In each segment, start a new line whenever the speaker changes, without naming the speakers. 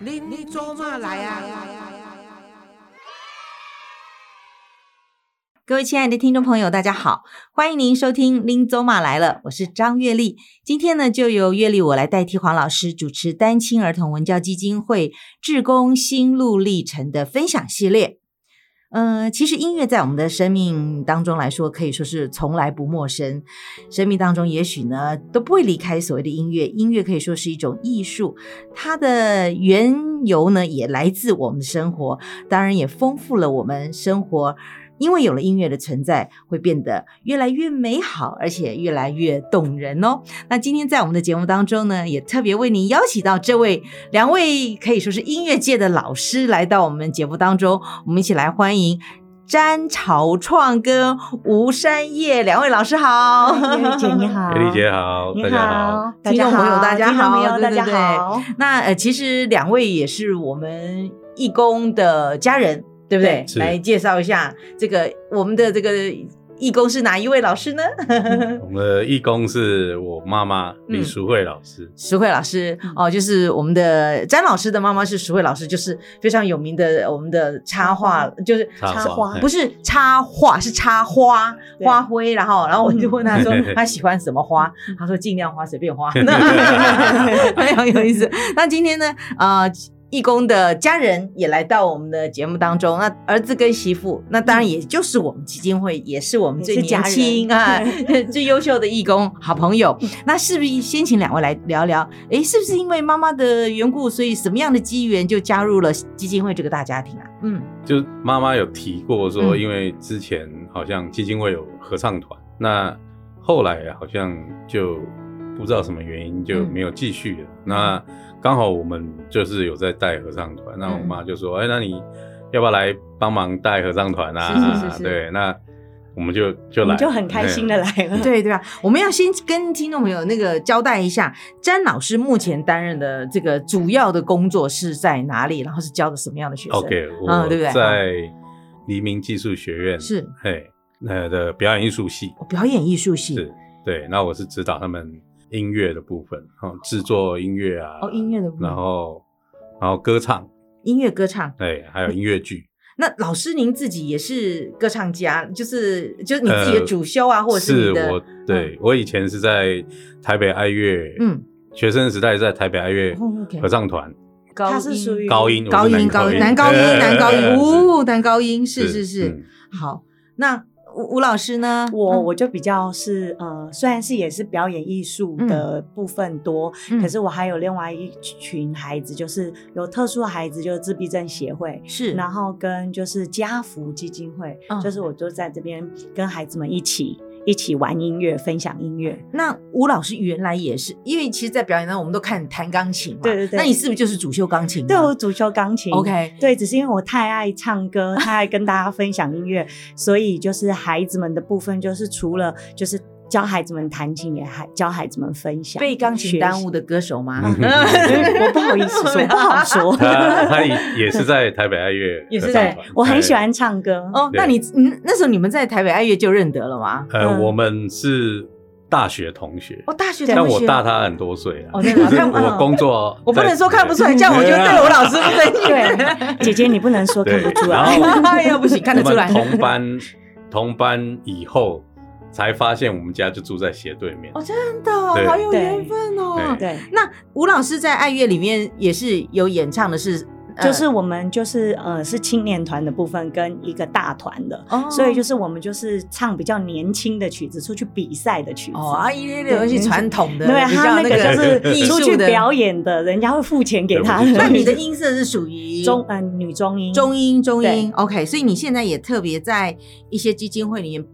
您您做嘛来啊？
各位亲爱的听众朋友，大家好，欢迎您收听《林走马来了》，我是张月丽。今天呢，就由月丽我来代替黄老师主持单亲儿童文教基金会志工心路历程的分享系列。呃，其实音乐在我们的生命当中来说，可以说是从来不陌生。生命当中，也许呢都不会离开所谓的音乐。音乐可以说是一种艺术，它的缘由呢也来自我们的生活，当然也丰富了我们生活。因为有了音乐的存在，会变得越来越美好，而且越来越动人哦。那今天在我们的节目当中呢，也特别为您邀请到这位两位可以说是音乐界的老师来到我们节目当中，我们一起来欢迎。詹朝创跟吴山叶两位老师好，
叶姐哎你好，
美丽姐好，哎大家好。
好，
听众朋友大家
听众朋
好
友
对
大
对
家
对
好，
那呃，其实两位也是我们义工的家人，对不对？
是
来介绍一下这个我们的这个义工是哪一位老师呢？
我们的义工是我妈妈
嗯
李淑慧老师，
石慧老师哦，就是我们的詹老师的妈妈是石慧老师，就是非常有名的呃我们的插画，就是
插
插花
花
不
是
是插画，是插花
对
花卉。然后，然后我就问他说
嗯
他喜欢什么花，他说尽量花，随便花， 非常有意思。那今天呢，呃。义工的家人也来到我们的节目当中，那儿子跟媳妇，那当然也就是我们基金会，也是我们最
也是家
年
人
轻啊、 最优秀的义工好朋友。那是不是先请两位来聊聊？诶，是不是因为妈妈的缘故，所以什么样的机缘就加入了基金会这个大家庭啊？嗯，
就妈妈有提过说，
嗯
因为之前好像基金会有合唱团，那后来好像就不知道什么原因就
嗯
没有继续了。那刚好我们就是有在带合唱团，那我
嗯
妈就说：“哎，那你要不要来帮忙带合唱团啊？”
是是是是
对，那我们就就
我
来，
们就很开心的来 了，
对对啊，我们要先跟听众朋友那个交代一下，詹老师目前担任的这个主要的工作是在哪里，然后是教的什么样的学生
OK，
嗯
我
对不对
在黎明技术学院
是
嘿，那的表演艺术系
哦表演艺术系
是，对，那我是指导他们音乐的部分，哦，制作音乐啊，
哦，音乐的部分
然后然后歌唱，
音乐歌唱。
对，还有音乐剧，
那老师您自己也是歌唱家，就是就是你自己的
呃
主修 啊，或者
是
你的
我对、我以前是在台北爱乐，
嗯，
学生时代是在台北爱乐
哦，OK
合唱团，
高音
他是属于
高音
高音高音男 高音男 高音，
呜，
呜，男高音是是是
嗯，
好。那吴吴老师呢？
我
嗯
我就比较是呃，虽然是也是表演艺术的部分多，
嗯
可是我还有另外一群孩子，就是有特殊的孩子，就是自闭症协会，
是
然后跟就是家福基金会，
嗯
就是我就在这边跟孩子们一起一起玩音乐，分享音乐。
那吴老师原来也是，因为其实，在表演当中我们都看你弹钢琴嘛，
对对对
那你是不是就是主修钢琴啊？
对我主修钢琴
OK
对，只是因为我太爱唱歌，太爱跟大家分享音乐，所以就是孩子们的部分，就是除了就是教孩子们弹琴，也还教孩子们分享。
被钢琴耽误
的，
的歌手吗？
嗯
我不好意思说，不好说。
他他也也是在台北爱乐
也是
合唱
对
团，
我很
哎
喜欢唱 歌。
哦，那你你那时候你们在台北爱乐就认得了吗？
呃，
嗯
我们是大学同学，
哦，大学
对
同
但
学，
我大他很多岁啊。
哦
我
真的吗
是
看不
我工作，
我不能说看不出来，这样我就对
啊
吴老师不尊敬。
对，姐姐你不能说看
对
不出
然
来。
后
哎呀，不行，看得出来。
我们同班，同班以后才发现我们家就住在斜对面。
哦，真的哦，
对
好有缘分哦。
对
对，
那吴老师在爱乐里面也是有演唱的是，呃
就是我们就是呃是青年团的部分跟一个大团的，
哦
所以就是我们就是唱比较年轻的曲子，出去比赛的曲子。
哦，阿姨那个是传统的，
对
比较
他那
那
个就
艺
是
术
出去
的
表演的，人家会付钱给他
对我
那你的
的
音色是属于
中嗯、呃、女中音
中音中
对
音，OK。所以你现在也特别在一些基金会里面，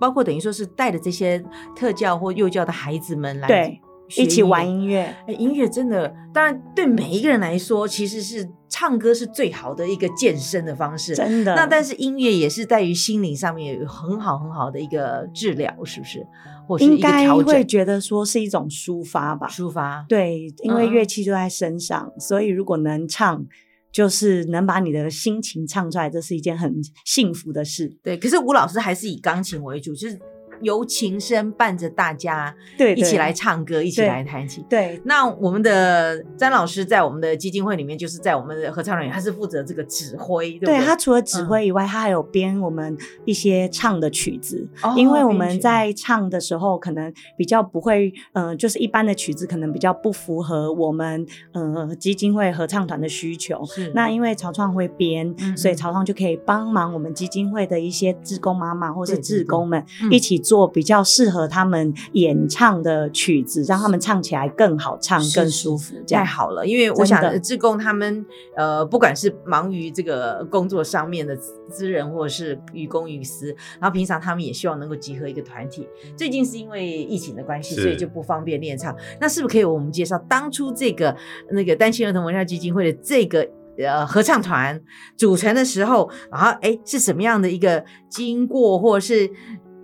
包括等于说是带着这些特教或幼教的孩子们来
对
学
一起
音乐
玩。音乐，
哎，音乐真的，当然对每一个人来说，其实是唱歌是最好的一个健身的方式。
真的。
那但是音乐也是在于心灵上面有很好很好的一个治疗，是不是？或是
应
一个
该
调
会
整、
觉得说是一种抒发吧，
抒发。
对，因为
嗯
乐器就在身上，所以如果能唱，就是能把你的心情唱出来，这是一件很幸福的事。
对，可是吴老师还是以钢琴为主，就是由琴声伴着大家
对，
一起
对
来唱歌，一起
对
来弹琴。
对
那我们的詹老师在我们的基金会里面，就是在我们的合唱人员，他是负责这个指挥，对不
对
对？
他除了
嗯
指挥以外，他还有编我们一些唱的曲子，
哦
因为我
编
们
曲
在唱的时候可能比较不会，呃，就是一般的曲子可能比较不符合我们呃基金会合唱团的需求。
是
那因为曹创会编，
嗯嗯
所以曹创就可以帮忙我们基金会的一些志工妈妈或是
对对
志工们
嗯
一起做比较适合他们演唱的曲子，让他们唱起来更好唱、
是
更
是
舒服。这
太
样
好了，因为我
真
想
的
呃志工他们呃，不管是忙于这个工作上面的资人，或者是于公于私，然后平常他们也希望能够集合一个团体。最近是因为疫情的关系，
是
所以就不方便练唱。那是不是可以为我们介绍当初这个那个单亲儿童文教基金会的这个？呃，合唱团组成的时候，然后哎，是什么样的一个经过，或者是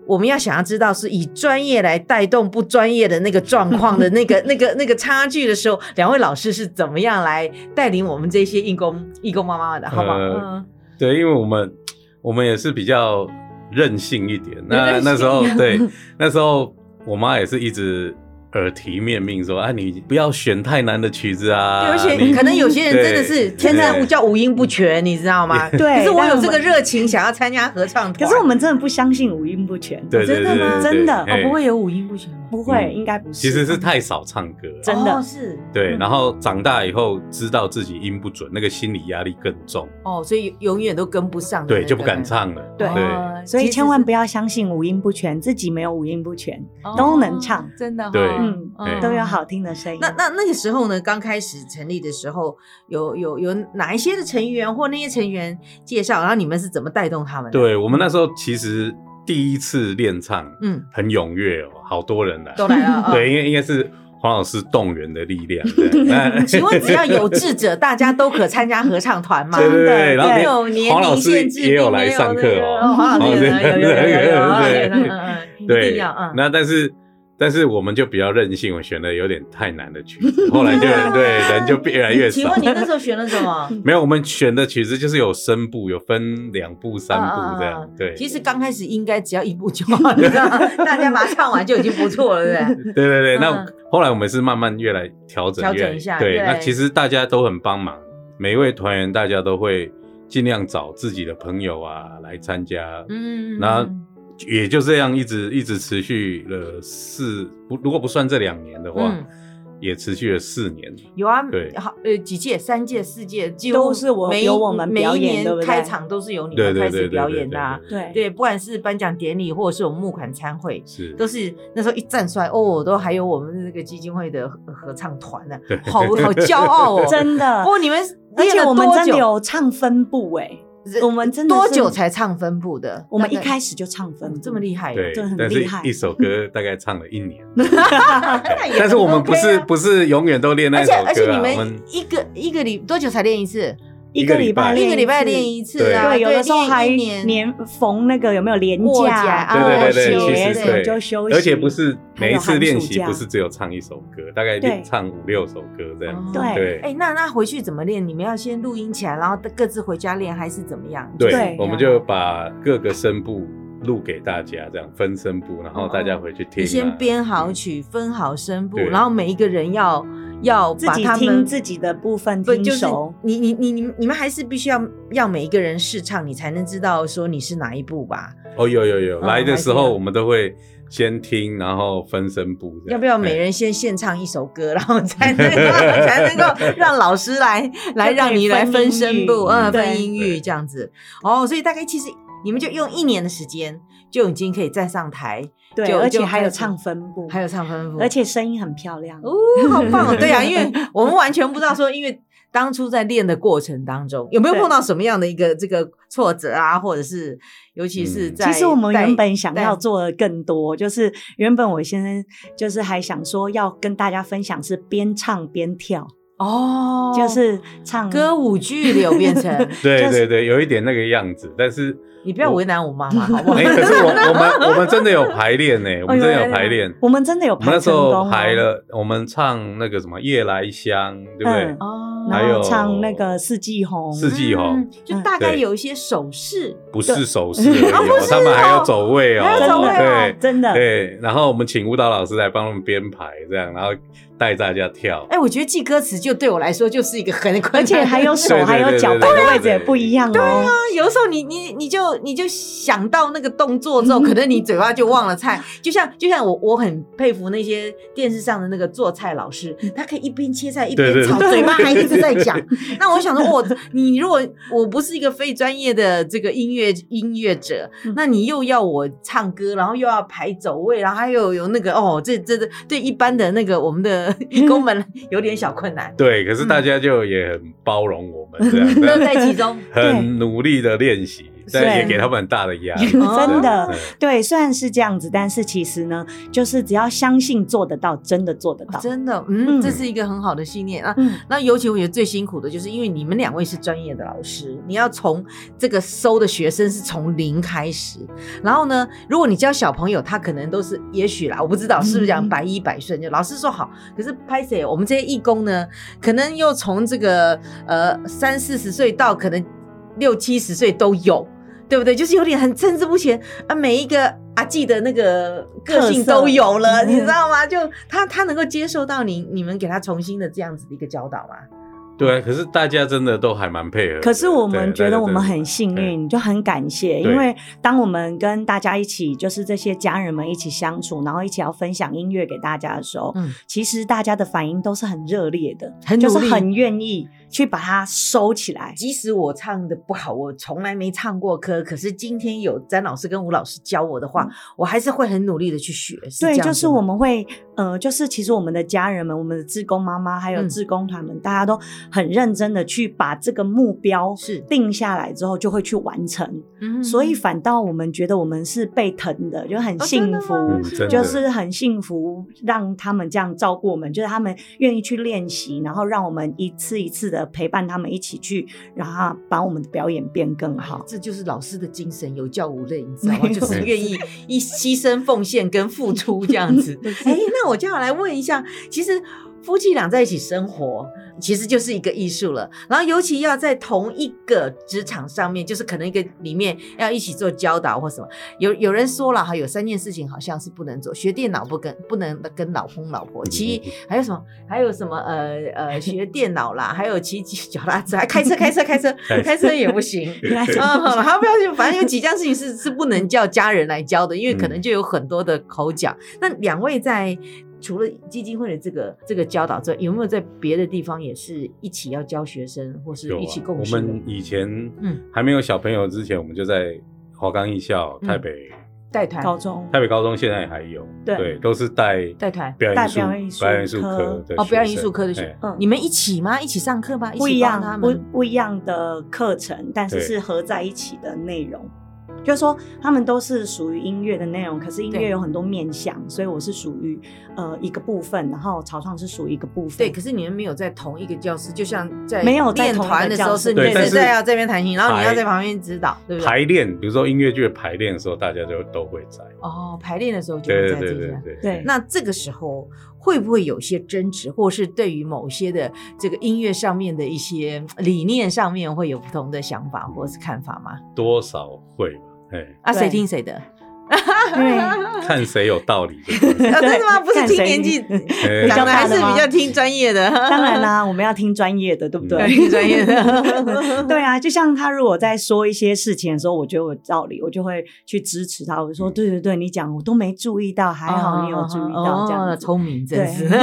我们要想要知道是以专业来带动不专业的那个状况的 那个、那个、那个差距的时候，两位老师是怎么样来带领我们这些义工、义工妈妈的，好不好？
呃对，因为我们我们也是比较任性一点。那
啊
那时候对，那时候我妈也是一直耳提面命说：“啊，你不要选太难的曲子啊。
对，而且
你
可能有些人真的
对
是
对
天生无叫五音不全，你知道吗？
对
可是我
但
有
我
这个
们
热情，想要参加合唱团。
可是 我们真的不相信五音不全，
对对
真的
对
吗
对，
真的
对
哦不会有五音不全吗？
不会，
嗯
应该不是。
其实是太少唱歌了。
真的
哦是
对，
嗯
然后长大以后知道自己音不准，那个心理压力更重，
哦，所以永远都跟不上的那个，
对，就不敢唱了。
对
对
哦
所以
其实
千万
是
不要相信五音不全，自己没有五音不全，都能唱
哦真的哈
对
嗯
对
都有好听的声音。
那那那个时候呢，刚开始成立的时候，有有有哪一些的成员或那些成员介绍，然后你们是怎么带动他们的？，
对，我们那时候其实第一次练唱
嗯，
很踊跃哦，好多人来。
都来了。啊
对，。应该应该是黄老师动员的力量。对那
请问只要有志者，大家都可参加合唱团吗？
对对对，
对
然后
没
连
有年
黄老
龄
师
限制，
也有
并
来
没有
上
那
课
个
哦，
黄老师有来有有有有有有黄老师也来
对
嗯嗯嗯，一定
对
要嗯，。
那但是但是我们就比较任性，我选的有点太难的曲子，后来就 对人就越来越
请
少
问。你那时候选了什么？
没有，我们选的曲子就是有声部，有分两部、三
嗯嗯嗯
部这样。对，
其实刚开始应该只要一步就好，你知 道吗，大家把它唱完就已经不错了，对不对？
对对对，那
嗯
后来我们是慢慢越来调整，
调整
越来
一下
对，
对
那其实大家都很帮忙，每一位团员大家都会尽量找自己的朋友啊来参加，
嗯，
那也就这样一直一直持续了四不，如果不算这两年的话，
嗯
也持续了四年。
有啊，
对
好，呃，几届，三届、四届，几乎
都是我
每
有我们
每
表
一
演对
年
不对
开场都是由你
对
们
对
开
对
始
对对
表
对
演的啊，
对
对
对，不管是颁奖典礼或者是我们募款参会，
是
都是那时候一站出来，哦，都还有我们那个基金会的合合唱团呢
对，
好好骄傲哦。
真的
不，过你们
而
练
且
了
我们
多
真的
久
有唱分部哎，我们真的
多
是
久？才唱分部的？
我们一
大概
开始就唱分
哦
部，
这么厉害，
对
真的，很
但是
厉害
一首歌大概唱了一年，
害， 那也
但是
很
我们不
OK
是
啊
不是永远都练那
而
首
且
歌啊，
而且你
我
们一个一个礼多久才练一次？
一个礼
一
拜
个
一
练
个礼拜
次
练一次
对
啊，
对，有的时候
练一
还
年
年逢那个有没有年
过
假
假，
对对
过
对对，
啊
节
其
学
实
什么
对，
就休息，
而且不是每一次练习
还有寒暑假
不是只有唱一首歌，大概
对
唱五六首歌这样。
哦
对
哎、
对
那那回去怎么练？你们要先录音起来，然后各自回家练，还是怎么样？
对
对，我们就把各个声部录给大家，这样分声部，然后大
哦
家回去听
你
啊。
先编好曲，分好声部，
对
然后每一个人要要
自
把
己
他们
听自己的部分
不
听
就是
熟。
你你你你你们还是必须要要每一个人试唱，你才能知道说你是哪一部吧？
哦，有有有，
嗯
来的时
还是
候
有
我们都会先听，然后分声部这样。
要不要每人先献唱一首歌， 然后才能够才能够让老师来来
就可以
让你来分声部，
分音域
嗯，
对
分音域这样子。哦，所以大概其实你们就用一年的时间就已经可以站上台，
对，
就
而
就
且还
开
有
始
唱分部，
还有唱分部，
而且声音很漂亮。
哦，好棒 哦！对啊，因为我们完全不知道说，因为当初在练的过程当中，有没有
对
碰到什么样的一个这个挫折啊，或者是尤其是
嗯
在、
其实我们原本想
带
要做的更多，就是原本我先生就是还想说要跟大家分享是边唱边跳，
哦，
就是唱
歌舞剧流变成，
对
就是
对对，有一点那个样子，但是
你不要为难我妈妈好不好？
哎，可是我我们我们真的有排练呢，我们真的
哎
有
呦
排练。
我们真的有
我们
排
那时
成功、
候
哦，
排了，我们唱那个什么《夜来香》，对不对
嗯？
哦，
还
然
有
后唱那个《四季红》，
四季红
嗯就大概
对
有一些手势，
不是 手势而
啊
已哦，他们还要走位哦，
还要
真
走位
的
哦
对
真的，
对，然后我们请舞蹈老师来帮我们编排，这样，然后带大家跳。
哎，我觉得记歌词就对我来说就是一个很困难的，
而且 还有手
对对对
还有脚
对
摆的
对对
位置也不一样
对
哦。
有时候你你你就你就想到那个动作之后，可能你嘴巴就忘了菜。就像就像我我很佩服那些电视上的那个做菜老师，他可以一边切菜一边
对对
炒，
对
嘴巴还一直在讲
对。
那我想说，我你如果我不是一个非专业的这个音乐音乐者
嗯，
那你又要我唱歌，然后又要排走位，然后还有有那个哦，这这这对一般的那个我们的工们有点小困难，
对，可是
嗯
大家就也很包容我 们这样，
乐
但
在其中。
很努力的练习，但也
对
给他们很大的压 力。
真的
哦对，
对，虽然是这样子，但是其实呢，就是只要相信做得到，真的做得
哦
到。
真的，嗯，
嗯
这是一个很好的信念啊。
嗯，
那尤其我觉得最辛苦的就是，因为你们两位是专业的老师，你要从这个收的学生是从零开始。然后呢，如果你教小朋友，他可能都是也许啦，我不知道是不是讲
嗯
百依百顺，就老师说好。可是拍谁？我们这些义工呢，可能又从这个呃三四十岁到可能六七十岁都有。对不对？就是有点很参差不齐啊，每一个阿季的那个个性
特色
都有了，你
嗯
知道吗？就他他能够接受到你你们给他重新的这样子的一个教导吗？
对，啊可是大家真的都还蛮配合的。
可是我们
对
觉
大
得
家
我们
真的
很幸
对
运，就很感谢，
对
因为当我们跟大家一起，就是这些家人们一起相处，然后一起要分享音乐给大家的时候，
嗯
其实大家的反应都是很热烈的，
很
就
努
是
力
很愿意去把它收起来。
即使我唱的不好，我从来没唱过歌，可是今天有詹老师跟吴老师教我的话，我还是会很努力的去学。是
嗯对，
这样
就
子
是
吗
我们会，呃，就是其实我们的家人们、我们的志工妈妈还有
嗯
志工团们，大家都很认真的去把这个目标
是
定下来之后，就会去完成。
嗯
所以反倒我们觉得我们是被疼的，就很
哦
幸福。
真的吗
嗯真的
就是很幸福，让他们这样照顾我们，就是他们愿意去练习，然后让我们一次一次的陪伴他们一起去，然后把我们的表演变更好。
哎这就是老师的精神，有教无类，你知道吗？
没有
就是愿意一牺牲、奉献跟付出这样 子。哎，那我就要来问一下，其实夫妻俩在一起生活，其实就是一个艺术了。然后尤其要在同一个职场上面，就是可能一个里面要一起做教导或什么。有有人说了哈，有三件事情好像是不能做：学电脑不跟不能跟老公老婆，其一还有什么？还有什么？呃 呃，学电脑啦，还有骑骑脚踏车，还开车，开车，开车，开车也不行。
哦
嗯，好，不要紧，反正有几件事情是是 不能叫家人来教的，因为可
嗯
能就有很多的口角。那两位在除了基金会的这个这个教导之外，有没有在别的地方也是一起要教学生，或是
有
一起
啊。
共
我
事？
们以前
嗯
还没有小朋友之前，我们就在华冈艺校、
嗯
台北
带团，
高中
台北高中，现在还有
对
对，都是带
带团
表
带
演术
表演艺术
表演艺术
科
科的
哦表演
学
艺术
生
科的
哎
学
嗯
你们一起吗？一起上课吗？
不
起
一
帮他
样，不
们。
不一样的课程，但是
对
是合在一起的内容。就是说，他们都是属于音乐的内容，可是音
对
乐有很多面向，所以我是属于呃一个部分，然后草创是属于一个部分。
对，可是你们没有在同一个教室，就像在
没有在
练
同一个
团的时候，
教室
是你
对
们
但
是
是
在要这边弹琴，然后你要
排
在旁边指导，对不对？
排练，比如说音乐剧的排练的时候，大家就都会在。
哦，排练的时候就会
对
在这
对对
边。
对
对
那这个时候会不会有些争执，或是对于某些的这个音乐上面的一些呃理念上面会有不同的想法或是看法吗？
多少会吧， 哎，
啊，谁
对
听 谁的？啊
对，
看谁有道理就多少。
真的吗？不是
看
听
谁
年 纪
哎
长的，
较大
还是
的
比
吗
较听专业的。
当然 啦，我们要听专业的，对不对？
嗯
听专业的。
对啊，就像他如果在说一些事情的时候，我觉得我有道理，我就会去支持他。我就说，
嗯
对对对，你讲我都没注意到，还好你有注意到，这样
哦
子。
聪明真是。
对，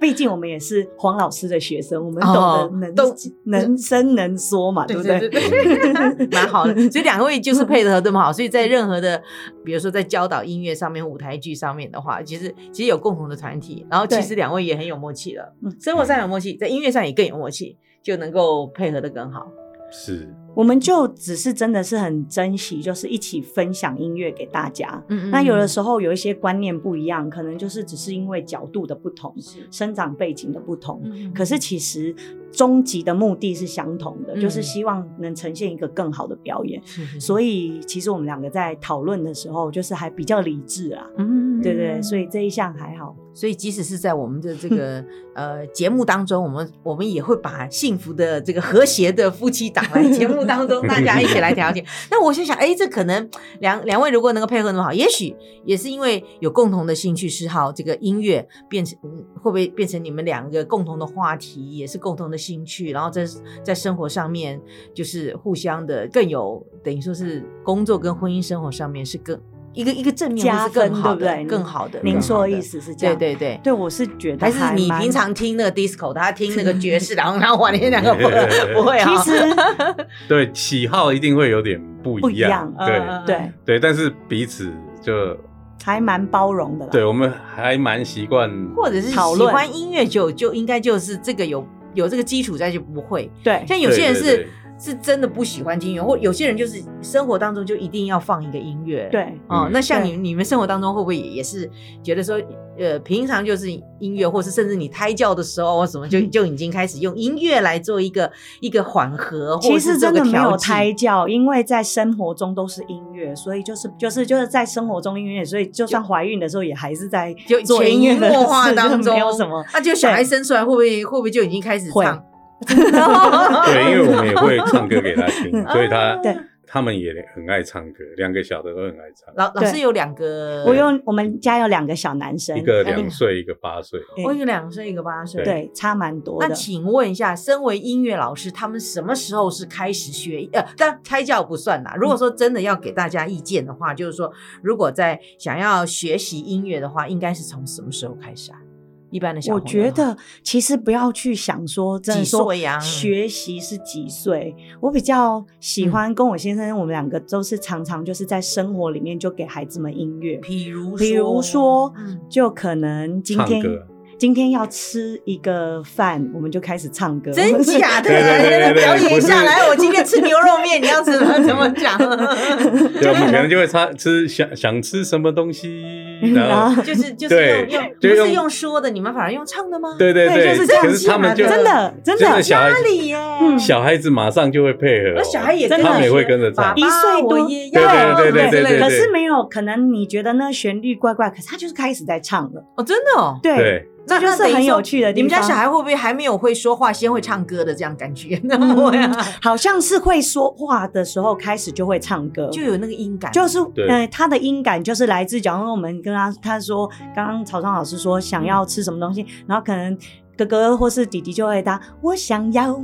毕竟我们也是黄老师的学生，我们懂
哦
得能、
懂
能伸能缩嘛，对不对？
对，蛮好的。所以两位就是配合这么好，所以在任何的，比如说在教导音乐上面、舞台剧上面的话，其实其实有共同的团体，然后其
对
实两位也很有默契了
嗯，
生活上有默契，在音乐上也更有默契，就能够配合的更好。
是
我们就只是真的是很珍惜，就是一起分享音乐给大家。
嗯
那有的
候
时候有一些观念不一样，可能就是只是因为角度的不同、生长背景的不同，
嗯
可是其实终极的目的是相同的，
嗯
就是希望能呈现一个更好的表演。
以
嗯
所以其实我们两个在讨论的时候，就是还比较理智啊，
嗯
对对，所以这一项还好。
所以即使是在我们的这 个呃节目当中，我们我们也会把幸福的这个和谐的夫妻档来节目当 中大家一起来调解。那我就想，哎，这可能两两位如果能够配合那么好，也许也是因为有共同的兴趣嗜好，这个音乐变成嗯会不会变成你们两个共同的话题，也是共同的兴趣，然后在在生活上面就是互相的更有等于说是工作跟婚姻生活上面是更。一个一个正面或是更
加分
好的，
对不对
更好的。
您
更好
说的
的
意思是这
对
样？
对对，
对，我是觉得
还是你
蛮
平常听那个 disco，的，他听 那个爵士，然后然后玩那两个不不会啊、
其实
对喜好一定会有点不
不一
一样
样，
对、
嗯嗯嗯
对
对，但是彼此就
还蛮包容的啦。
对我们还蛮习惯，
或者是喜
讨论
欢音乐就就应该就是这个有有这个基础再就不会，
对
像有些人是
对对对
是真的不喜欢听音乐，或有些人就是生活当中就一定要放一个音乐，。
对
哦，
嗯
那像
对
你你们生活当中会不会也也是觉得说，呃，平常就是音乐，或是甚至你胎教的时候或啊什么， 就就已经开始用音乐来做一个一个缓和，或
其
者
实
是
真的
做个
没
调
有
剂
胎教，因为在生活中都是音乐，所以就是就是就是在生活中音乐，所以就算怀孕的时候也还是在
就
做
潜
音
移
乐的
默化
事
当
就
中，
没有什么。
那、就小孩生出来，会不会会不会就已经开始
会
唱？
对，
对
因为我们也 会唱歌给他
嗯
听，所以他
对
他们也很爱唱歌，两个小的都很爱唱，
老老师
对
有两个，
我有我们家有两个小男生，
一个
对
两岁，一个八岁。
我有两岁，一个八岁。。
对差蛮多
那
的。
请问一下，身为音乐老师，他们什么时候是开始学？呃，但胎教不算啦。如果说真的要给大家意见的话，就是说，如果在想要学习音乐的话，应该是从什么时候开始啊？一般的小
我
朋友
觉得其实不要去想说，真
几
的说
岁呀嗯
学习是几岁。我比较
嗯
喜欢跟我先生，我们两个都是常常就是在生活里面就给孩子们音乐，
比如说
比如说
嗯，
就可能今天
唱歌
今天要吃一个饭，我们就开始唱歌。
真假 的？
对对对对
那个
对
表演
不是
下来，我今天吃牛肉面，你要吃什么？怎么讲？
对，我们可能就会唱吃想想吃什么东西，然
嗯 然
后
后
就是就是
对
用用
就
不
用
是用说的，你们反而用唱的吗？
对对
对就是这样
可是他们就
真的真
真的
的
小孩
家里耶，
嗯
小孩子马上就会配合哦，
那小孩也
真的
他们也会跟着唱
爸爸，
一岁多
我也要
对对对对
之类的
对
可
对
是没有，可能你觉得那旋律怪怪，可是他就是开始在唱了。
哦，真的哦。
对，
对，
那
就是很有趣的
你
地方
们家小孩会不会还没有会说话，先会唱歌的这样感觉？那
嗯
么呀，
好像是会说话的时候开始就会唱歌，
就有那个音感，
就是
对
呃，他的音感就是来自，假如我们跟他他说，刚刚曹庄老师说想要吃什么东西，然后可能哥哥或是弟弟就会答我想要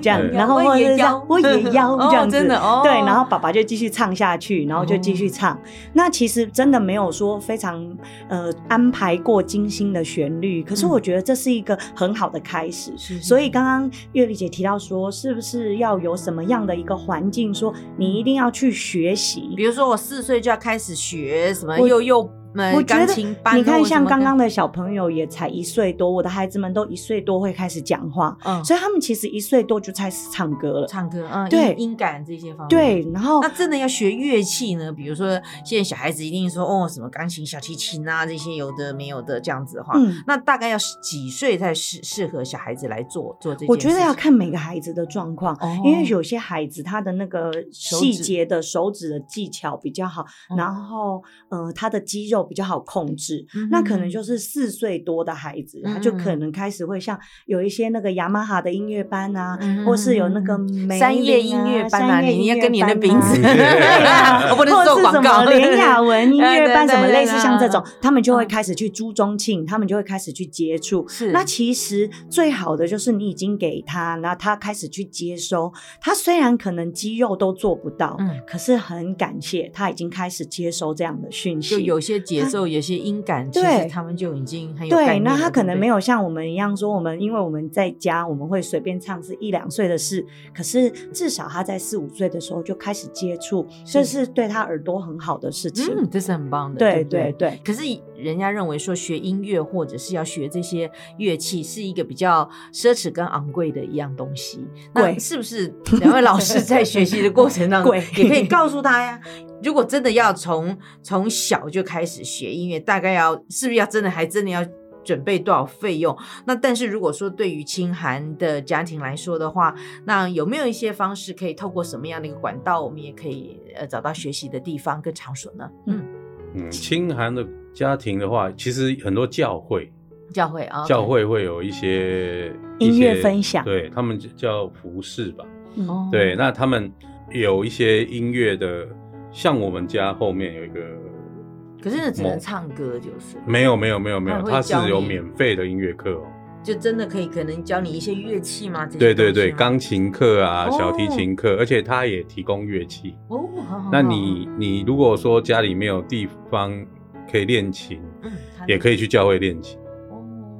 这样，
嗯
然后或
我
者
也
是这
要
样，我也要
哦
这样子，
真的哦。
对，然后爸爸就继续唱下去，然后就继续唱。那其实真的没有说非常呃安排过精心的旋律，可是
嗯
我觉得这是一个很好的开始。
是
所以刚刚月丽姐提到说，是不是要有什么样的一个环境，说你一定要去学习？
比如说我四岁就要开始学什么
我
幼幼呃
我觉
钢
得
琴班，或
你看，
者什
像
么
刚
的
刚的小朋友也才一岁多，我的孩子们都一岁多会开始讲话，
嗯
所以他们其实一岁多就开始唱歌了。
唱歌，嗯，
对
音音感这些方面，
对，然后
那真的要学乐器呢？比如说，现在小孩子一定说哦，什么钢琴、小提琴啊，这些有的没有的这样子的话，
嗯，
那大概要几岁才适适合小孩子来做做这件事情？
我觉得要看每个孩子的状况，
哦
因为有些孩子他的那个
手
细
指
节的手指的技巧比较好，
嗯
然后呃他的肌肉比较好控制，
嗯
那可能就是四岁多的孩子，他就可能开始会像有一些那个雅马哈的音乐班啊，
嗯
或是有那个梅
三叶
林
音乐班啊，
三叶
你要
音乐
跟你那
班
名字，
啊对啊
我不能
或
做
是什
广
么
告。
连雅文音乐
对对对
班什么
对
类似像这种
对，
他们就会
嗯
开始去朱宗庆，他们就会开始去接触。
是
那其实最好的就是你已经给他，那他开始去接收。他虽然可能肌肉都做不到，
嗯
可是很感谢他已经开始接收这样的讯息。
就有些节奏，有些音感，其
对
实他们就已经很有概
对，
念了
那他可能没
有
有像我们一样说，我们因为我们在家我们会随便唱是一两岁的事，可是至少他在四五岁的时候就开始接触，这是对他耳朵很好的事情。
嗯，这是很棒的，
对
不对
对。对，
可是人家认为说学音乐或者是要学这些乐器是一个比较奢侈跟昂贵的一样东西。那
贵
是不是两位老师在学习的过程当中
贵，
也可以告诉大家，如果真的要从从小就开始学音乐，大概要是不是要真的还真的要准备多少费用？那但是如果说对于清寒的家庭来说的话，那有没有一些方式可以透过什么样的一个管道，我们也可以呃找到学习的地方跟场所呢？嗯，
嗯，清寒的家庭的话，其实很多教会，
教会啊，
教会会有一些
音乐
一些
分享
对他们叫服饰吧。
嗯
哦
对，那他们有一些音乐的，像我们家后面有一个，
可是那只能
某
唱歌，就是
没有没有没有没
他
有，
会
它
教
是
你
有免费的音乐课哦。
就真的可以可能教你一些乐器吗？这些
对对
东西
对，
吗
钢琴课啊，
哦
小提琴课，而且它也提供乐器。
哦，好好好
那你你如果说家里没有地方可以练琴，
嗯，他
也可以去教会练琴。
哦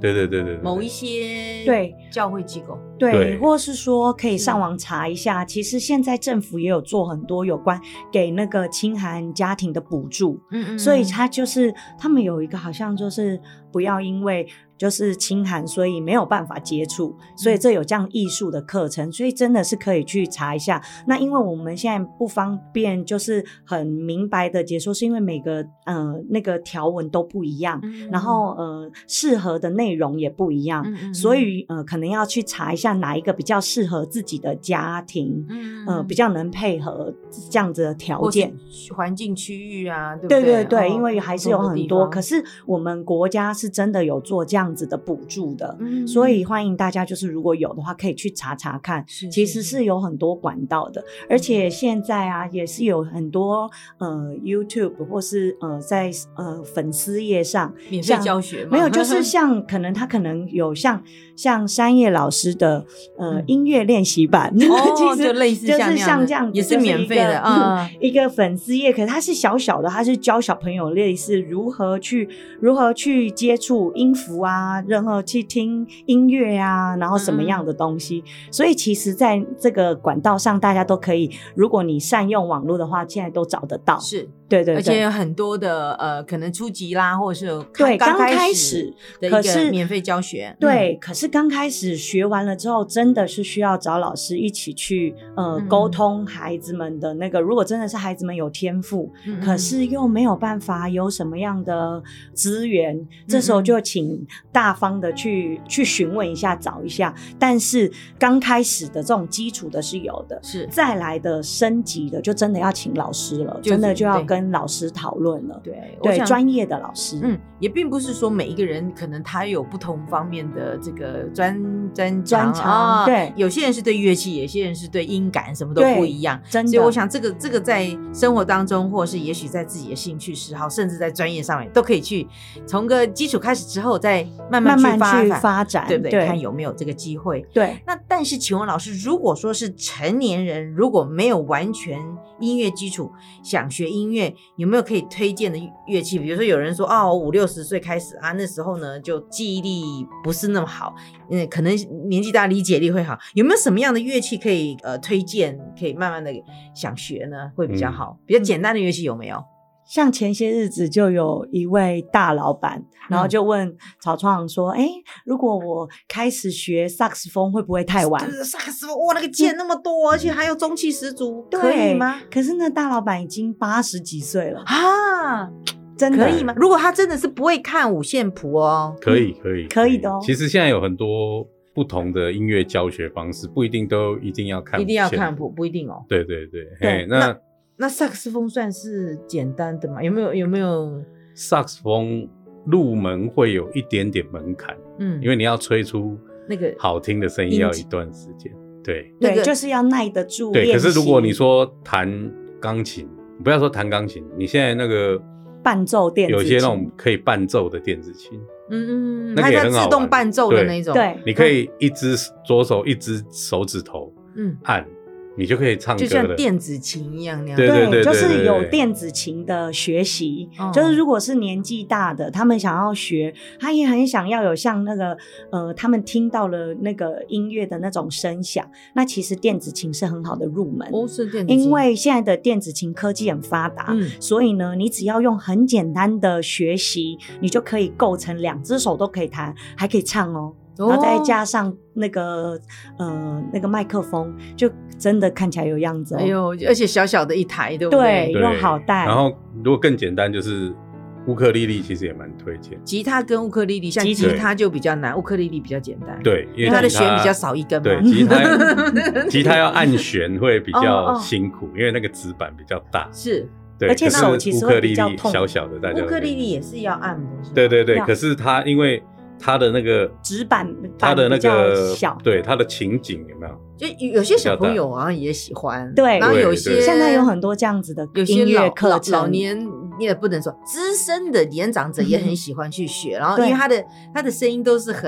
对对对对对，
某一些
对
教会机构，
对，
对
或是说可以上网查一下，其实现在政府也有做很多有关给那个清寒家庭的补助，
嗯嗯
所以
嗯
他就是他们有一个好像就是不要因为就是清寒，所以没有办法接触，所
嗯
以这有这样艺术的课程，所以真的是可以去查一下。那因为我们现在不方便，就是很明白的解说，是因为每个呃那个条文都不一样，
嗯
然后呃适合的内容也不一样，
嗯嗯
所以呃可能要去查一下哪一个比较适合自己的家庭，
嗯
呃比较能配合这样子的条
或
件。
是环境区域啊，对不
对
对
对对，
哦
因为还是有很多，可是我们国家是真的有做这样子的补助的，
嗯
所以欢迎大家就是如果有的话，可以去查查看。
是嗯
其实是有很多管道的，而且现在啊，也是有很多呃 YouTube 或是呃在呃粉丝页上，
免费
像
教学嘛，
没 有，就是像可能他可能有像像山叶老师的呃、
嗯
音乐练习版，
哦
其实
就类似
就
像那
是
样
像
的
这样子，
也是
就
免费
一
的
个嗯
啊
一个粉丝页，可是它是小小的，它是教小朋友类似如何去如何去接触音符啊，然后去听音乐啊，然后什么
嗯
样的东西。所以其实在这个管道上，大家都可以，如果你善用网络的话，现在都找得到。
是，
对对对，
而且有很多的呃，可能初级啦，或者是有
对刚
开
开
始
始
的一
可
个
是
免费教学，嗯
对，可是刚开始学完了之后，真的是需要找老师一起去呃
嗯
沟通孩子们的那个。如果真的是孩子们有天赋，
嗯，嗯
可是又没有办法有什么样的资源，这
嗯
时候就请大方的去去询问一下，找一下。但是刚开始的这种基础的是有的。
是
再来的升级的，就真的要请老师了，
就是
真的就要
对
跟老师讨论了，
对我
对
想
专业的老师，
嗯，也并不是说每一个人可能他有不同方面的这个专专
专长
啊，
对
有些人是对乐器，有些人是对音感，什么都
对
不一样。
真的。
所以我想，这个这个在生活当中，或者是也许在自己的兴趣嗜好，甚至在专业上面，都可以去从个基础开始之后，再慢慢
慢
去
慢
发
去
展，
发展，
对不对？
对
看有没有这个机会。
对
那但是，请问老师，如果说是成年人，如果没有完全音乐基础，想学音乐，有没有可以推荐的乐器？比如说，有人说哦，我五六十岁开始啊，那时候呢就记忆力不是那么好，嗯，可能年纪大理解力会好，有没有什么样的乐器可以呃推荐，可以慢慢的想学呢？会比较好，比较简单的乐器有没有？
像前些日子就有一位大老板，
嗯
然后就问曹创说：“哎、如果我开始学萨克斯风会不会太晚
就是萨克斯风，哇，那个键那么多，而且还有中气十足，？”可
对
以吗？？
可是那大老板已经八十几岁了，
啊，
真的
可以吗？如果他真的是不会看五线谱哦，
可以可以
可以的哦
其实现在有很多不同的音乐教学方式，不一定都一定要看，
一定要看。谱，不一定哦。
对对对，
对
嘿，那
那萨克斯风算是简单的吗？有没有？有没有？
萨克斯风入门会有一点点门槛，
嗯，
因为你要吹出
那个
好听的声音
音
要
质
一段时间。对
那
对，
个
就是要耐得住。
对，可
练
是如
习
果你说弹钢琴，不要说弹钢琴，你现在那个
伴奏电子
有
琴，
些那种可以伴奏的电子琴，
嗯嗯，嗯
那
它
个也
它
很好
自动
玩
伴奏的
对
那种，，
对，
你可以一只左手一只手指头
嗯
按，你就可以唱歌
就
了。
像电子琴一样那样。
对对
就是有
对
电子琴的学习
嗯，
就是如果是年纪大的，他们想要学，他也很想要有像那个呃，他们听到了那个音乐的那种声响，那其实电子琴是很好的入门，
哦，是电子琴，
因为现在的电子琴科技很发达，
啊
嗯
所以呢，你只要用很简单的学习，你就可以构成两只手都可以弹，还可以唱哦。然后再加上那个、呃那个麦克风，就真的看起来有样子哦。
哎呦，而且小小的一台，对不
对
对
又好带
然后如果更简单，就是乌克丽丽其实也蛮推荐。
吉他跟乌克丽丽，像
吉
吉
他
他就比较难，乌克丽丽比较简单。，
对，因为
它的
吉
弦比较少一根嘛
对，吉他吉他要按弦会比
哦
较
哦
辛苦，因为那个指板比较大。
是
对，
而且
可是
手其实
乌
会
克
比
丽
较
丽
痛
小小的，大家
乌克丽
可以
丽也是要按的，是吧
对对对，
那
可是它因为它的那个
纸板
它的那
板比
个
较小
对它的情景有没有？
就有有些小朋友好像也喜欢，
对
然后有
对
些
对
现在有很多这样子的
有些
音
老
乐课
老
程，
老年你也不能说资深的年长者也很喜欢去学，然后因
嗯对
为他的他的声音都是很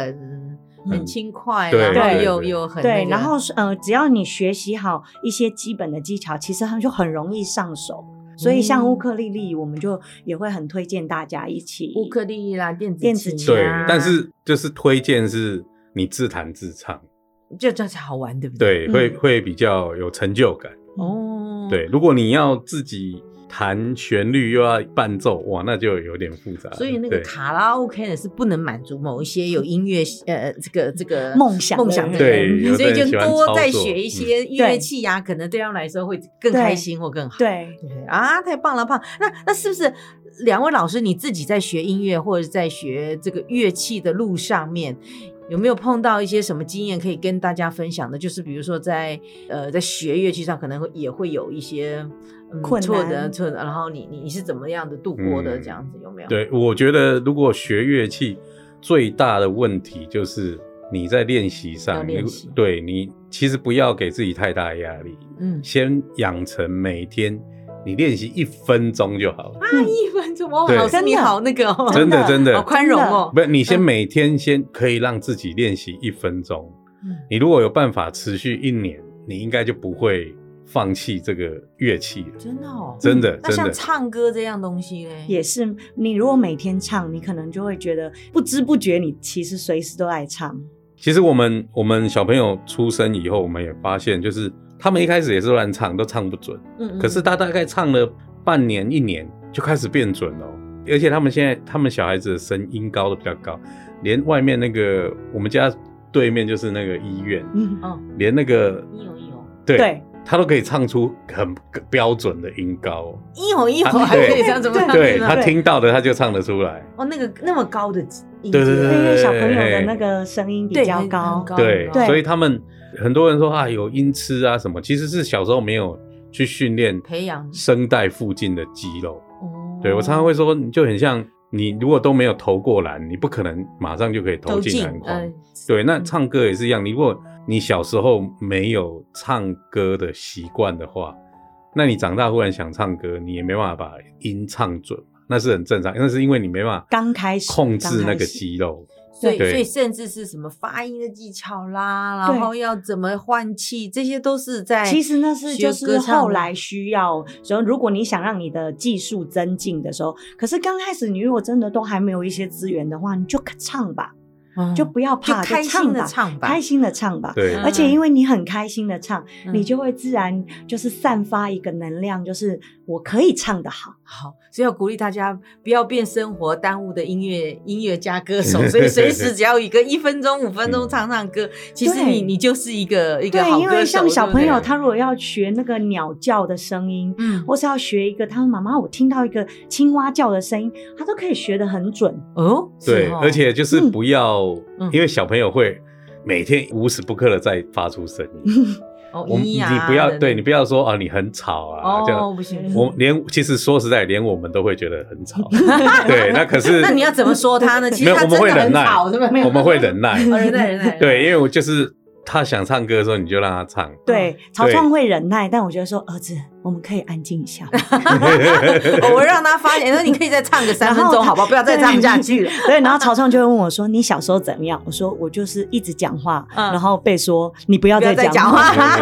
很
嗯
轻快，
对
然后
对
又
对
又很那
对，
个
然后是呃，只要你学习好一些基本的技巧，其实它就很容易上手。所以
嗯
像乌克丽丽，我们就也会很推荐大家一起
乌克丽丽啦，电子
电子
琴
琴
对
啊，
但是就是推荐是你自弹自唱，
就这样才好玩，对不对？
对，会
嗯
会比较有成就感。
哦，
对，，如果你要自己弹旋律又要伴奏，哇，那就有点复杂了。
所以那个
对
卡拉 OK 呢是不能满足某一些有音乐呃这个这个
梦想的嗯
梦想的
对，有
人，
的
所以
人
就
喜欢
多
操
再
作
学一
嗯
些乐器呀、可能对他们来说会更开心或更好。
对
对啊，太棒了，棒！那那是不是两位老师你自己在学音乐或者在学这个乐器的路上面，有没有碰到一些什么经验可以跟大家分享的？就是比如说在呃在学乐器上，可能会也会有一些、嗯、
困
挫折
难
挫折，然后你你你是怎么样的度过的？
嗯
这样子有没有？，
对，我觉得如果学乐器，最大的问题就是你在练习
要
上，
练
你
习
对你其实不要给自己太大的压力，
嗯，
先养成每天你练习一分钟就好了。
啊，一分钟哦，
嗯对
老师
真的
你好那个哦，
真的真的
好宽容哦，
不，你先每天先可以让自己练习一分钟。
嗯
你如果有办法持续一年，你应该就不会放弃这个乐器了。
真的哦。
真的，
那
真
像
的，
唱歌这样东西嘞，
也是你如果每天唱，你可能就会觉得不知不觉你其实随时都在唱。
其实我们我们小朋友出生以后，我们也发现，就是他们一开始也是乱唱，都唱不准。
嗯，嗯
可是他大概唱了半年一年，就开始变准了哦。而且他们现在他们小孩子的声音高的比较高，连外面那个我们家对面就是那个医院，
嗯，
哦，
连那个
一有一有
对
对
他都可以唱出很标准的音高哦。
一有一有，
啊
还可以
对
这样怎么唱？
对
真的
他听到的他就唱得出来。
哦，那个那么高的音阶，
对对
因
对
为小朋友的那个声音比
对
较
很
高，
高
对
很，高
哦对
所以他们很多人说啊有音痴啊什么，其实是小时候没有去训练
培养
声带附近的肌肉。
哦
对我常常会说，你就很像你如果都没有投过篮，你不可能马上就可以投
投
进哦
进
篮筐。
嗯
对，那唱歌也是一样，你如果你小时候没有唱歌的习惯的话，那你长大忽然想唱歌，你也没办法把音唱准，那是很正常，那是因为你没办法
刚开始
控制那
刚开
个
始
肌肉。
所以
对
所以甚至是什么发音的技巧啦，
对
然后要怎么换气，这些都是在
其实那是
学
就是
哎歌唱
后
吗
来需要，所以如果你想让你的技术增进的时候，可是刚开始你如果真的都还没有一些资源的话，你就唱吧，
嗯
就不要
就
怕，
开心
唱
的
吧，
唱吧，
开心的唱吧。
对，
嗯
而且因为你很开心的唱，
嗯
你就会自然就是散发一个能量，就是我可以唱得好。
好，所以要鼓励大家不要变生活耽误的音乐音乐家歌手， 所以随时只要一个一分钟、五分钟
嗯
唱唱歌，其实你
对
你就是一个一个好
对，因
歌
为
手，
像小朋
对啊不
友
对
他如果要学那个鸟叫的声音，
嗯，
或是要学一个，他说妈妈，我听到一个青蛙叫的声音，他都可以学得很准。
哦，是
对，
哦
而且就是
嗯
不要，
嗯
因为小朋友会每天无时不刻的在发出声音。
哦
我们
咿
你
呀
不要
的
对
那
你不要说啊，你很吵啊，这
哦，
样。
不行，
嗯
不行
我连其实说实在，连我们都会觉得 很吵。对，那可是
那你要怎么说他呢？其
没
实
有
他
我们
真
会
的很
忍耐
吵，是吧？
我们会忍 耐。
哦，忍耐忍耐。
对，因为 我就是他想唱歌的时候，你就让他唱。
对，曹创会忍耐，但我觉得说儿子，我们可以安静一下吗。
哦我让他发现，说你可以再唱个三分
然后
钟，
他
好不好？不要再唱 下去了。
对，然后曹创就会问我说：“你小时候怎么样？”我说：“我就是一直讲话，
嗯
然后被说你不要
不要
再
再
讲
讲
话。
话，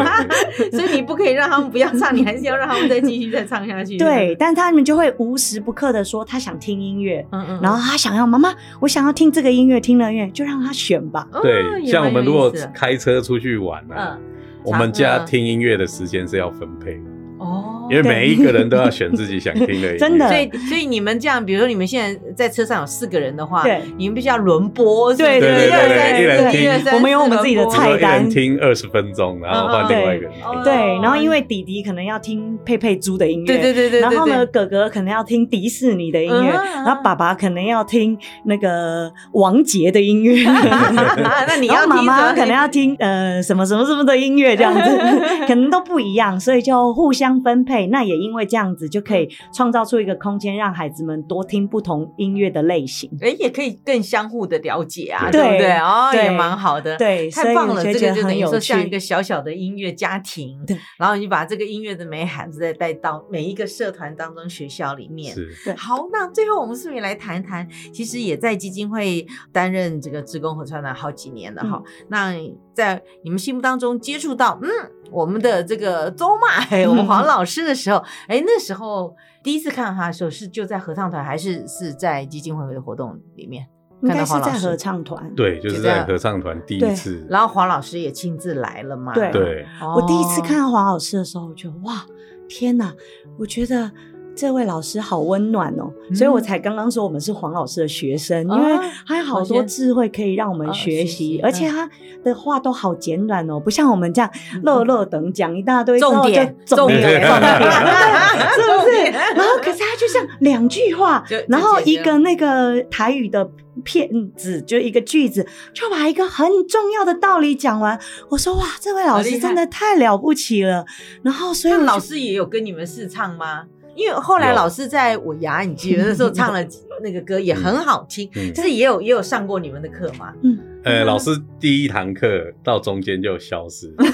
所以你不可以让他们不要唱，你还是要让他们再继续再唱下去。
对，，但他们就会无时不刻的说他想听音乐，
嗯嗯
然后他想要妈妈，我想要听这个音乐，听了音乐就让他选吧。
哦
对，
也
像我
蛮
们
有
如果
意思的
开车出去玩啊，
嗯
我们家
嗯
听音乐的时间是要分配，
哦
因为
对
每一个人都要选自己想听的音 乐。
真的
所以所以你们这样，比如说你们现在在车上有四个人的话，
对，
你们必须要轮播，是不是
对对
一二
对
三
对
四
对
一二三四
我们有我们自己的
轮播
比
菜
如说一人
单
听二十分钟，然后换另外一个
嗯嗯
人
嗯
听。
对
哦，
然后因为弟弟可能要听佩佩猪的音乐，
对对对对，
然后呢，
对，
哥哥可能要听迪士尼的音乐，
嗯嗯嗯
然后爸爸可能要听那个王杰的音乐，
那 你要
然后
听
妈妈
什么
可能要听呃什么什么什么的音乐，这 样子可能都不一样，所以就互相分配。那也因为这样子，就可以创造出一个空间，让孩子们多听不同音乐的类型。
哎，也可以更相互的了解啊，
对
对不对？
对
哦，
对
也蛮好的。
对，所
太
以
棒
我
了！
就
这
觉
个
得
就等
很
于
有
说
趣
像一。个小小的音乐家庭，
对，
然后你就把这个音乐的美好再带到每一个社团当中、学校里面。
是，
好，那最后我们是不是也来谈谈？其实也在基金会担任这个职工合唱团嗯好几年了
嗯
哈。那在你们心目当中接触到嗯我们的这个周麦，我们
嗯
黄老师的时候，哎、那时候第一次看到他的时候是就在合唱团，还是是在基金会的活动里面？
应
看
该
到
是
黄老
在
师
合唱团。
对，就是
觉
在
得
合唱团第
对
一次，
然后黄老师也亲自来了嘛？
对
对，
哦
我第一次看到黄老师的时候，我觉得哇，天哪！我觉得这位老师好温暖哦，
嗯
所以我才刚刚说我们是黄老师的学生，因为
啊
他有好
我觉
多
得
智慧可以让我们
哦
学
学
习，
习
而且他的话都好简短哦，不像我们这样乐乐等讲一大堆，
嗯重点
之后就重点，
重点
重
是
点是不是？然后可是他就像两句话
就就，
然后
解
一
决
个
了
那个台语的片子，就一个句子，就把一个很重要的道理讲完。我说哇，这位老
好
师
厉害
真的太了不起 了。然后所以
那
我
老
就
师也有跟你们试唱吗？因为后来
有
老师在我牙你记得那时候唱了那个歌也很好听，
嗯
但是也有也有上过你们的课嘛。
嗯
呃，老师第一堂课到中间就消失，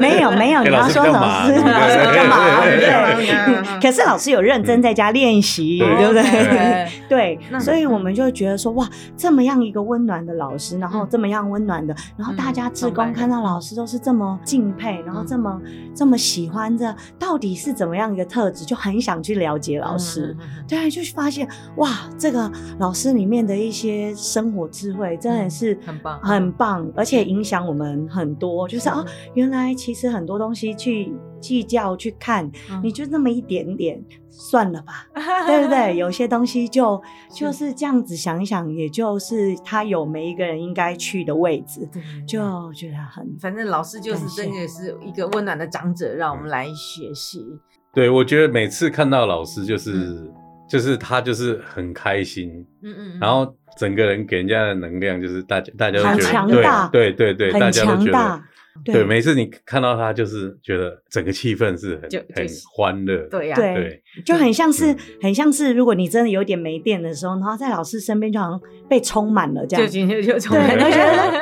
没有没有，
哎
你要
老师
说
干
老
嘛
师
对 不对
老师 干嘛？
对
对可是老师有认真在家练习，
嗯
对不对？
OK
对
嗯那，
所以我们就觉得说，哇，这么样一个温暖的老师，然后
嗯
这么样温暖的，然后大家志
上班
工
人
看到老师都是这么敬佩，
嗯
然后这么这么喜欢这，到底是怎么样一个特质，就很想去了解老师。
嗯嗯嗯嗯
对，就是发现哇，这个老师里面的一些生活智慧真的是
嗯很棒
很棒，而且影响我们很多。就是啊，
嗯
原来其实很多东西去计较、去看，
嗯
你就那么一点点，算了吧， 对不对？有些东西就就是这样子想一想，也就是他有每一个人应该去的位置，
对对对
就觉得很
反正老师就是
感谢
真的是一个温暖的长者，让我们来学习。
对我觉得每次看到老师
嗯
就是就是他就是很开心，
嗯嗯嗯
然后整个人给人家的能量就是大家大家
很
都觉
强大
得对对对对，大
很
家都
强
觉得
大。
嗯
对，每次你看到他就是觉得整个气氛是很
就
很
就是
欢乐，
对呀，
对
对
就很像是
嗯，
很像是，如果你真的有点没电的时候，然后在老师身边就好像被充满了这
就
样，
今天就从
对，
对
我 觉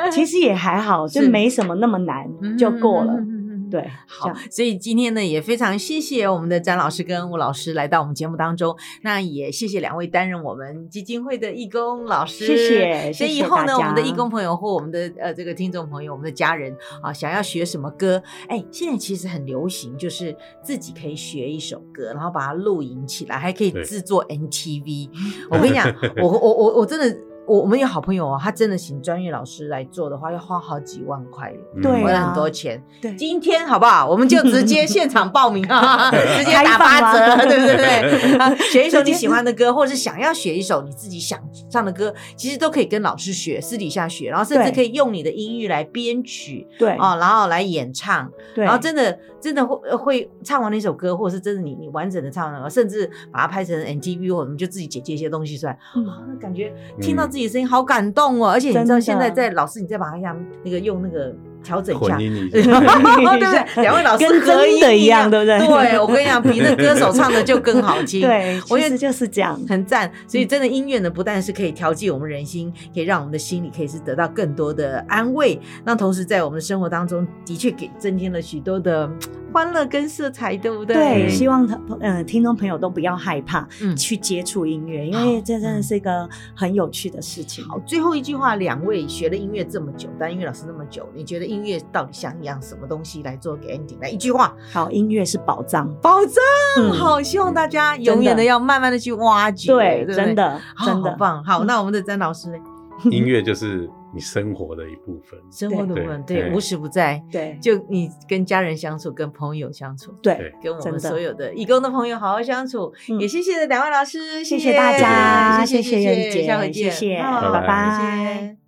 得其实也还好，就是没什么那么难，
嗯
就过 了。对，这
好
样，
所以今天呢，也非常谢谢我们的詹老师跟吴老师来到我们节目当中，那也谢谢两位担任我们基金会的义工老师，
谢谢
所以
谢谢
以后
大
呢，我们的
家
义工朋友或我们的呃这个听众朋友、我们的家人啊，想要学什么歌，哎，现在其实很流行，就是自己可以学一首歌，然后把它录影起来，还可以
对
制作 MTV。我跟你讲，我我我我真的。我我们有好朋友哦，他真的请专业老师来做的话，要花好几万块，
嗯
对
花
啊
了很多钱。
对
今天好不好？我们就直接 现场报名 啊，直接打八
开
折，
放吗
对不对？ 啊选一首你喜欢的歌，或者是想要学一首你自己想唱的歌，其实都可以跟老师学，私底下学，然后甚至
对
可以用你的音域来编曲
对
啊、然后来演唱，
对，
然后哦真的真的会呃会唱完那首歌，或者是真的你你完整的唱完那首歌，甚至把它拍成 MTV，或者我们就自己剪辑一些东西出来，啊，那感觉听到自己的声音好感动哦！而且你知道
嗯真的
现在在老师，你再把它像那个用那个调整一
混
下。
音 一下。
对不对？两位老师
跟
合
真的一样对不对
对，我跟你讲，比那歌手唱的就更 好听。
对，
我
我
也
也就是这样。嗯
很赞，所以真的音乐呢，不但是可以调剂我们人心，可以让我们的心里可以是得到更多的安慰，那同时在我们的生活当中，的确给增添了许多的嗯欢乐跟色彩，对不对？
对，
嗯
希望他呃听众朋友都不要害怕
嗯
去接触音乐，因
好嗯
为这真的是一个很有趣的事情。
好，最后一句话，两位学了音乐这么久，当音乐老师那么久，你觉得音乐到底像一样什么东西来做给 ending？来一句话，
好，音乐是宝藏，
保障
嗯
好，希望大家永远
真
的
的
要慢慢的去挖掘，对
对，
不对，
真的，
好
真
好
的，嗯
棒。好，那我们的詹老师呢？
音乐就是你生活的一部分。
生活的部分，
对
对，
对
无时不在，
对
就你跟家人相处，跟朋友相处，
对
对，
跟我
真
们
的
所有的义工的朋友好好相处。
嗯
也谢谢两位老师，
谢谢大家，
谢
谢
谢
燕姐
下回，见，
谢谢，
好
拜
拜
拜
谢
拜
谢。